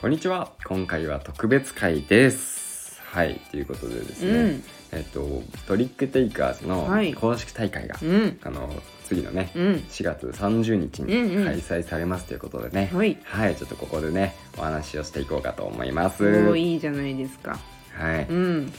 こんにちは今回は特別会ですはいということでですね、うんえっとトリックテイカーズのはい公式大会が、うんあの次のね、うん4月30日うんうにん開催されますということでね、はいはいちょっとここでねお話をしていこうかと思いますもういいじゃないですかはい、うん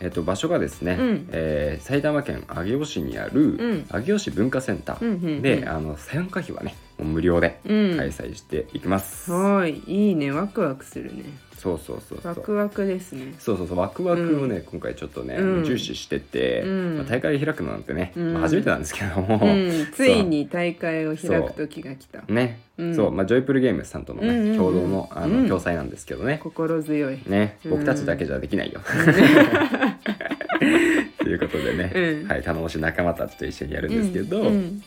えっと場所がですね、うんえー埼玉県上尾市にある、うん上尾市文化センター、うんうんうんであの参加費はねもう無料でうん開催していきます、はーいいいねワクワクするねそうそうそうそワうクワクですねそうそうそうワクワクをね、今回ちょっとね、うん重視してて、うんまあ、大会開くのなんてね、うんまあ、初めてなんですけども、うんついに大会を開く時が来たね、うんそう、まあ、ジョイプルゲームズさんとのね、うんうんうん共同のあの、うん共催なんですけどね,、心強いねうん僕たちだけじゃできないよ。 ということでね、うんはい、頼もしい仲間たちと一緒にやるんですけど、うん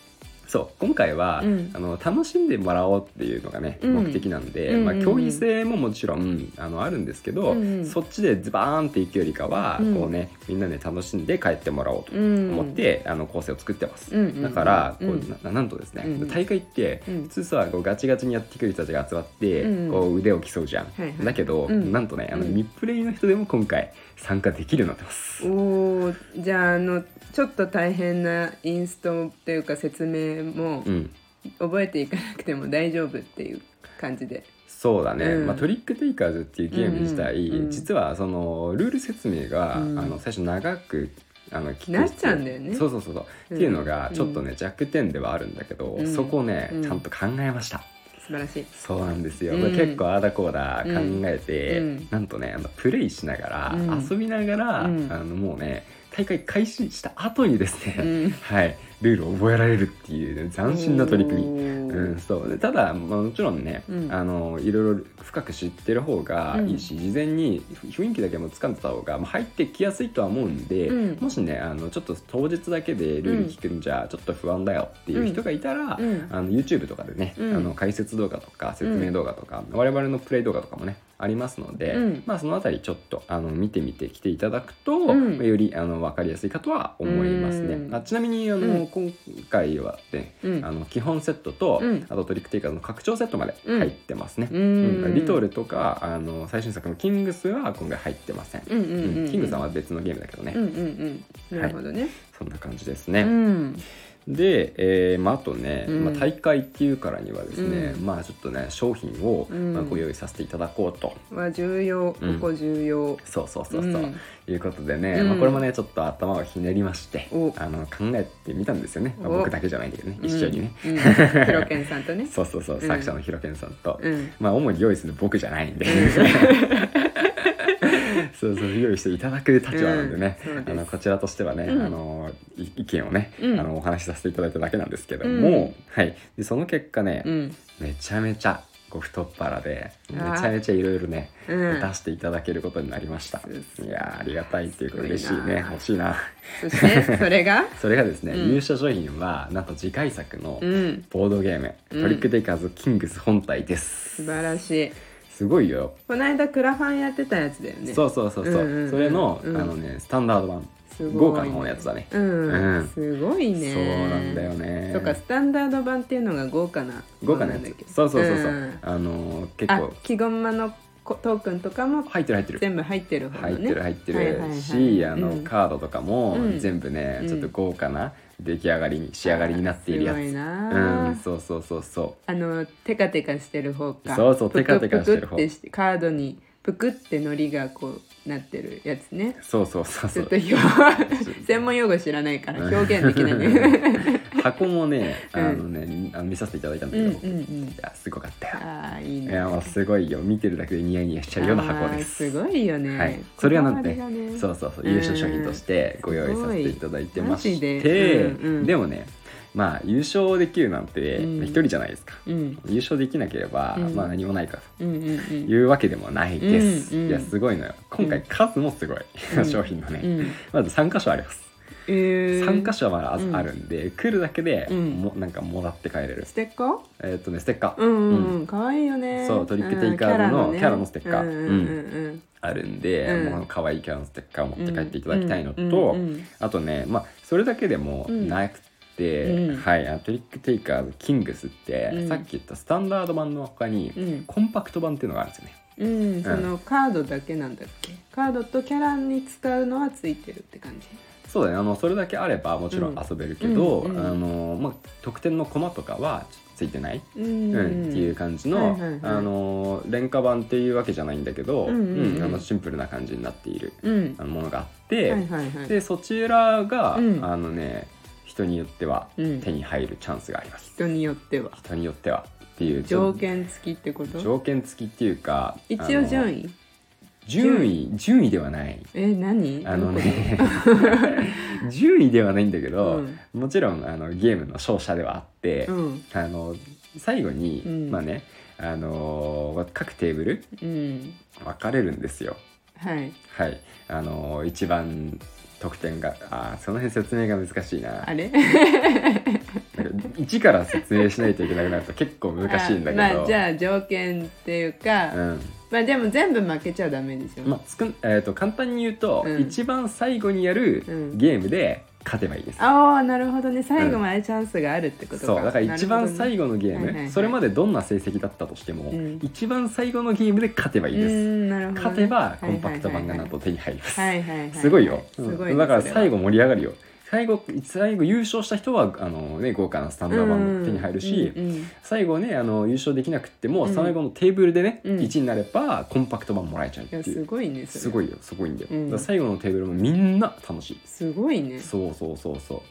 そう今回は、うんあの楽しんでもらおうっていうのがね、うん目的なんで、うんうんまあ、うん競技性ももちろんあのあるんですけど、うんうんそっちでズバーンっていくよりかは、うんこうね、みんなで楽しんで帰ってもらおうとうん思って、あの構成を作ってます。うんうんだから、こううんななんとですね、うん大会ってうん普通さこうガチガチにやってくる人たちが集まって、うんうんこう腕を競うじゃん。いはいだけど、うんなんとねあの、うんミップレイの人でも今回参加できるようになってます。おーじゃああのちょっと大変なインストというか説明もうん覚えていかなくても大丈夫っていう感じでそうだね、うんまあ、トリックテイカーズっていうゲーム自体、うんうん実はそのルール説明が、うんあの最初長くあの聞なっちゃうんだよねそうそうそうそう、うんっていうのがちょっとね弱点ではあるんだけど、うんそこをね、うんちゃんと考えました素晴らしいそうなんですよ、うんまあ結構あーだこーだ考えて、うんなんとねあのプレイしながら、うん遊びながら、うんあのもうね大会開始した後にですね、うんはいルールを覚えられるっていう、ね、斬新な取り組みみうん、そうでただ、まあ、もちろんね、うんあのいろいろ深く知ってる方がいいし、事前に雰囲気だけも掴んでた方が、まあ、入ってきやすいとは思うんで、うんもしねあのちょっと当日だけでルール聞くんじゃちょっと不安だよっていう人がいたら、うんあの YouTube とかでね、うんあの解説動画とか説明動画とか、我々のプレイ動画とかもねありますので、うんまあ、そのあたりちょっとあの見てみて来ていただくと、んまあよりあの分かりやすいかとは思いますね。うんあちなみにあの、うん今回はね、うんあの基本セットと、うんあとトリックテイカーの拡張セットまで入ってますね。うんリトルとかあの最新作のキングスは今回入ってません。うんうんうんうんキングスは別のゲームだけどね、うんうんうんなるほどね、そんな感じですね。うんで、えーまあ、あとね、うんまあ、大会っていうからにはですね、うんまあちょっとね商品を、うんまあ、ご用意させていただこうと。は重要こうんこ重要、そうそうそうそう、うんいうことでね、うんまあ、これもねちょっと頭をひねりましておあの考えてみたんですよね、まあお僕だけじゃないんだけどねうん、一緒にね、うん、ヒロケンさんとねそうそうそう、うん作者のひろけんさんと、うんまあ主に用意する僕じゃないんで、 そうそう用意していただく立場なんでね、うんそうですあのこちらとしてはね、うんあのい意見をね、うんあのお話しさせていただいただけなんですけども、うんはいでその結果ね、うんめちゃめちゃこう太っ腹であめーちゃめちゃいろいろね、うん出していただけることになりましたそうそいやーありがたいっていうか嬉しいすごいねな欲しいなそしてそれがそれがですね、うん入社商品はなんと次回作のうんボードゲーム、うんトリックテイカーズキングス本体です素晴らしいすごいよ、この間クラファンやってたやつだよねそうそうそうそう,、うんうんうんそれの、うんあのねスタンダード版すごい豪華の方のやつだね、うん、うんすごいねそうなんだよねとかスタンダード版っていうのが豪華な豪華なやものんだっけつそうそうそうそう、んあのー結あ構木駒のこトークンとかも入ってる入ってる全部入ってる方入のっねてる入ってはいはいはるいしあうのんカードとかもうん全部ねうんちょっと豪華な出来上がりに仕上がりになっているやつすごいうなあんそうそうそうそあのテカテカしてる方かそうそうプクテカテカしてる方プクってしカードにプクってのりがこうなってるやつねうそうそうそうちそょっうと表専門用語知らないから表現できな いね箱もねあうんのねあの見させていただいたんだうけんどう僕いんうんやすごかったよああいいいねやもうすごいよ見てるだけでニヤニヤしちゃうような箱であすーすごいよね、はい、それがなんて、こだわりがねそうそうそううん優勝商品としてご用意させていただいてましすごいてマジでうんうんでもねまあ優勝できるなんてうんまあ一人じゃないですか、うん優勝できなければ、うんまあ何もないかうんうんというわけでもないです、うんうんいやすごいのよ今回数もすごい、うん商品のね、うんうんまず3箇所ありますえー、 3箇所はあ,、うんるんで来るだけでうんもなんかもらって帰れるス、テッカーえーっとねステッカー、うんうんううんん可愛いよねそうトリックテイカーズのうんキャラのステッカーうんうんうんあるんで、うんもう可愛いキャラのステッカーをう持んって帰っていただきたいのと、うんうんあとねまあそれだけでもなくて、うんはい、あのトリックテイカーズキングスって、うんさっき言ったスタンダード版の他に、うんコンパクト版っていうのがあるんですよね。ううん、そのカードだけなんだっけカードとキャラに使うのはついてるって感じそうだねあのそれだけあればもちろん遊べるけど、うんうんうんあのまあ、得点の駒とかはついてない、うんうんっていう感じの、はいはいはいあの廉価版っていうわけじゃないんだけど、うんうんうんあのシンプルな感じになっているうんあのものがあって、はいはいはいでそちらが、うんあのね人によってはうん手に入るチャンスがあります、人によっては人によってはっていうちょ条件付きってこと条件付きっていうか一あ応の順位順位順位ではないえ何あのね 順位ではないんだけど、うんもちろんあのゲームの勝者ではあって、うんあの最後に、うんまあねあの各テーブルうん分かれるんですよ。はいはい、あの一番得点があーその辺説明が難しいなあれなんか一から説明しないといけなくなると結構難しいんだけど あまあじゃあ条件っていうか、うんまあでも全部負けちゃダメでしょ、まあつくんえー、と簡単に言うと、うん一番最後にやるうんゲームで勝てばいいです。ああなるほどね最後までチャンスがあるってことか、そうだから一番後最後のゲーム、はいはいはいそれまでどんな成績だったとしても、うん一番最後のゲームで勝てばいいです、なるほどね、勝てばコンパクト版がなんと手に入ります、はいはいはいはいすごいよ、すごいね、うんだから最後後盛り上がるよ最後最後優勝した人はあの、ね、豪華なスタンダード版も手に入るし、うんうん最後ねあの優勝できなくっても、うん最後のテーブルでね、うん1になればコンパクト版もらえちゃうっいてやいすうごいねそれすごいよすごいんだよ、うんだから最後のテーブルもみんな楽しい、すごいねそうそうそうそう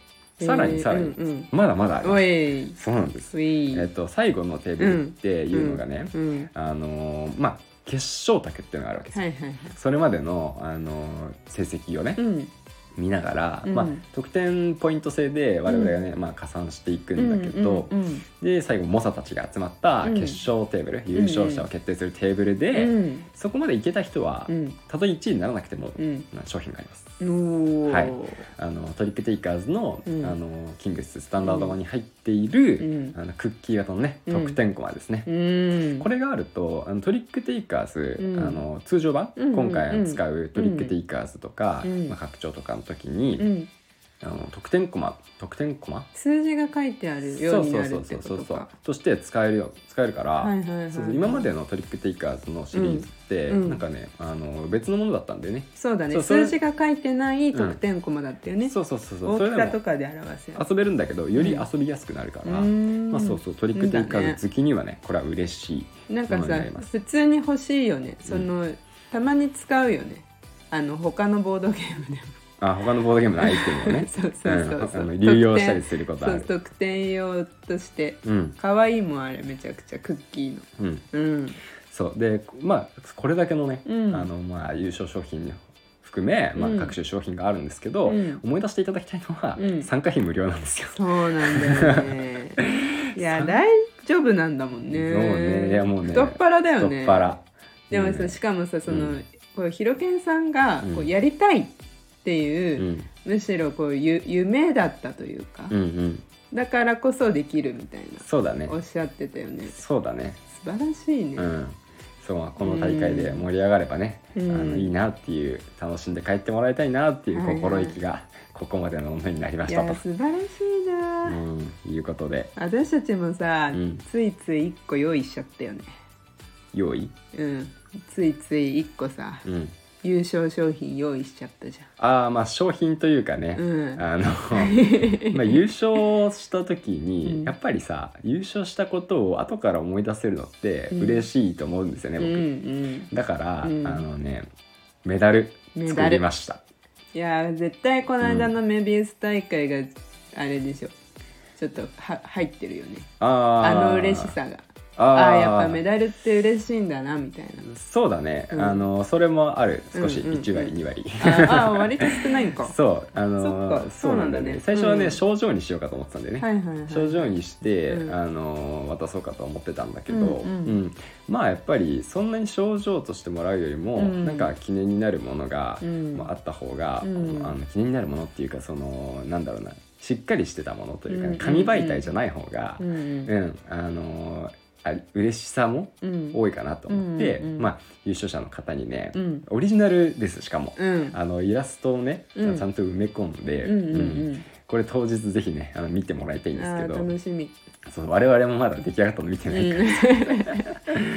えーさらにさらに、うんまだまだあうりん、まおすいそうなんですういえっと、最後のテーブルっていうのがね、うんあのーまあ決勝卓っていうのがあるわけですよ、はいはいはいそれまでの、あのー成績をね、うん見ながら、うんまあ、得点ポイント制で我々がね、まあ、加算していくんだけど、うんうんで最後猛者たちが集まった決勝テーブル、優勝者を決定するテーブルうで、んそこまでいけた人は、うんたとえ1位にならなくても、うんまあ商品があります。うんおーはいあのトリックテイカーズの,、うんあのキングススタンダード版に入っている、うんあのクッキー型のねうん得点コマですね、うんこれがあるとあのトリックテイカーズ、うんあの通常版、うんうんうん今回使うトリックテイカーズとか、うんまあ、拡張とかの時に、うんあの得点コマ得点コマ数字が書いてあるようになるってことそうかとして使えるよ使えるから、はいはいはいそうそう今までのトリックテイカーズのシリーズって、うんうんなんかねあの別のものだったんだよね。そうだそねうそれ数字が書いてない得点コマだったよね、そうそうそうそう大それきでさともかで表すよね遊べるんだけどより遊びやすくなるから、まあ、そうそうトリックテイカーズ好きにはねこれは嬉しい。なんかものにさなります普通に欲しいよねその、たまに使うよねあの他のボードゲームでもあ他のボードゲームのアイテムをね そうそうそうそううんあの流用したりすることあそうる。得点用としてうん可愛いもんあれめちゃくちゃクッキーのうん、うんそうでまあこれだけのね、うんあのまあ優勝商品に含め、まあうん各種商品があるんですけど、うん思い出していただきたいのは、うん参加費無料なんですよ。そうなんだよ ねいや大丈夫なんだもんねそうねいやもうね太っ腹だよ太ねっ腹でもさ、うんしかもさその、うんこうヒロケンさんがうこうんやりたいっていう、うんむしろこうゆ夢だったというか、うんうんだからこそできるみたいなそうだねおっしゃってたよねそうだね素晴らしいね、うんそうまあこの大会で盛り上がればね、うんあのいいなっていう楽しんで帰ってもらいたいなっていうはいはい心意気がここまでのものになりまいしたやと、素晴らしいな、うん、いうことで私たちもさ、うんついつい1個用意しちゃったよね用意、うんついつい1個さうん、優勝商品用意しちゃったじゃんああまあ商品というかね、うん あのまあ優勝した時に、うんやっぱりさ優勝したことを後から思い出せるのってうん嬉しいと思うんですよね、うんう僕。んだから、うんあのねメダルメダル作りましたいやー絶対この間のメビウス大会があれでしょ、ちょっとは入ってるよねああーの嬉しさがああーあーやっぱメダルって嬉しいんだなみたいなそうだね、うんあのそれもある少し、うんうんうん1割2割 ああー割と少ないんかはそうあのそっかそうなんだね最初はね、うん症状にしようかと思ってたんだよね、いはいはい症状にして、うんあの渡そうかと思ってたんだけど、うんうんまあやっぱりそんなに症状としてもらうよりも、うんなんか記念になるものが、うんまあ、あった方が、うんあの記念になるものっていうかそのなんだろうなしっかりしてたものというか、ねうんうんうん紙媒体じゃない方が、うんうんあのあ嬉しさもうん多いかなと思って、うんうんうんまあ、優勝者の方にね、うんオリジナルですしかも、うんあのイラストをね、うんちゃんと埋め込んで、うんうんうんうんこれ当日ぜひねあの見てもらいたいんですあけあど楽しみ、そう我々もまだ出来上がったの見てうん、ないから、 1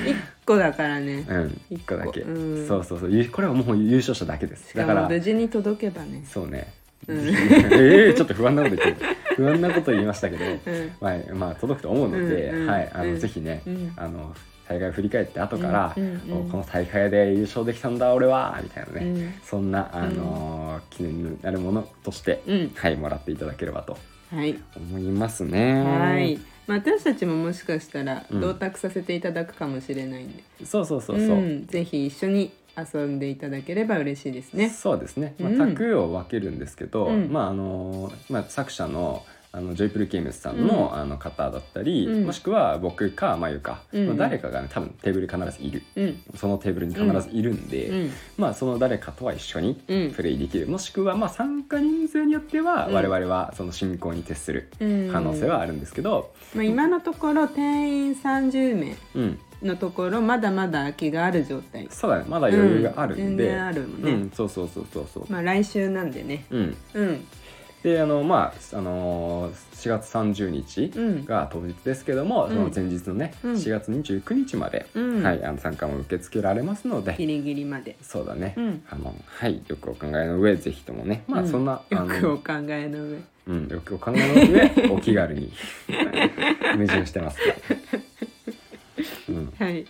個だからねうん一1個だけ、うんそうそうそうゆこれはもう優勝者だけですしだかからも無事に届けばねそうね、うんええちょっと不安なこと言ってる不安なこと言いましたけど、うんまあ、まあ届くと思うので、うんうんはいあの、うんぜひね、うんあの大会を振り返って後から、うんうんうんおこの大会で優勝できたんだ俺はみたいなね、うんそんな、あのー記念になるものとして、うんはいもらっていただければとはい思いますね。はい、まあ、私たちももしかしたらうん同卓させていただくかもしれないんで、そうそうそううそう。んぜひ一緒に遊んでいただければ嬉しいですね。そうですね、まうんあ、卓を分けるんですけど、うんまああのまあ、作者のあのジョイプル・ケイムスさんの,、うあの方だったり、うんもしくは僕かまゆか、うんまあ誰かが、ね、多分テーブルに必ずいるうん、そのテーブルに必ずいるんで、うん、まあ、その誰かとは一緒にうんプレイできる、もしくはまあ参加人数によってはうん我々はその進行に徹するうん可能性はあるんですけど、まあ、今のところ定員30名うん、のところまだまだ空きがある状態そうだねまだ余裕があるんうん全で、然あるもんねうんそうそうそうそうそう、まあ来週なんでねうん、うんであのまあ、あのー4月30日が当日ですけども、んその前日のね、うん4月29日まで、うんはい、あの参加も受け付けられますので、ギリギリまで、そうだね、うんあのはい、よくお考えの上ぜひともねまうあそんな、あよのくお考えの上うん、よくお考えの 上お気軽に 矛盾してますが、うん、はい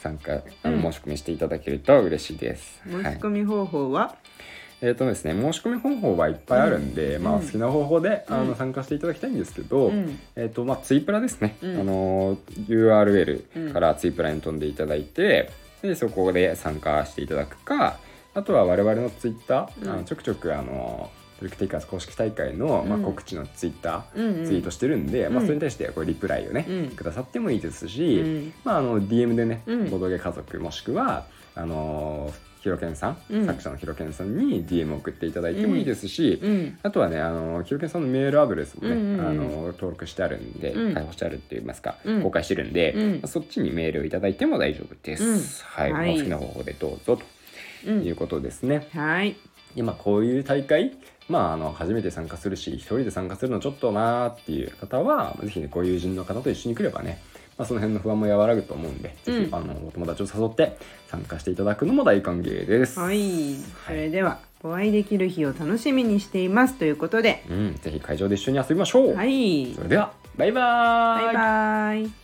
参加あうんの申し込みしていただけると嬉しいです。申しはい込み方法は、えーとですね、申し込み方法はいっぱいあるんで、うんまあ、うん好きな方法で、あうんの参加していただきたいんですけど、うんえーとまあ、ツイプラですね、うんあのー URL からツイプラに飛んでいただいて、でそこで参加していただくかあとは我々のツイッター、うんあのちょくちょくあのトリックテイカーズ公式大会の、まあ、うん告知のツイッター、うんうんツイートしてるんで、まうあ、んそれに対してこうリプライをね、うんくださってもいいですし、うんまあ、あの DM でね、うんボドゲ家族もしくはあのひろけんさん、うん作者のひろけんさんに DM を送っていただいてもいいですし、うんあとはねあのひろけんさんのメールアドレスもね、うんうんうんあの登録してあるんで、うん開放してあるって言いますか、うん公開してるんで、うんそっちにメールをいただいても大丈夫です、うんはい、はまいあお好きな方法でどうぞうといんうことですね、はい今こういう大会まあ、あの初めて参加するし一人で参加するのちょっとなーっていう方はぜひねご友人の方と一緒に来ればね、まあ、その辺の不安も和らぐと思うんで、うんぜひあのお友達を誘って参加していただくのも大歓迎です。はい、そはいれではお会いできる日を楽しみにしていますということで、うん、ぜひ会場で一緒に遊びましょう、はいそれではバイバーバイバイ。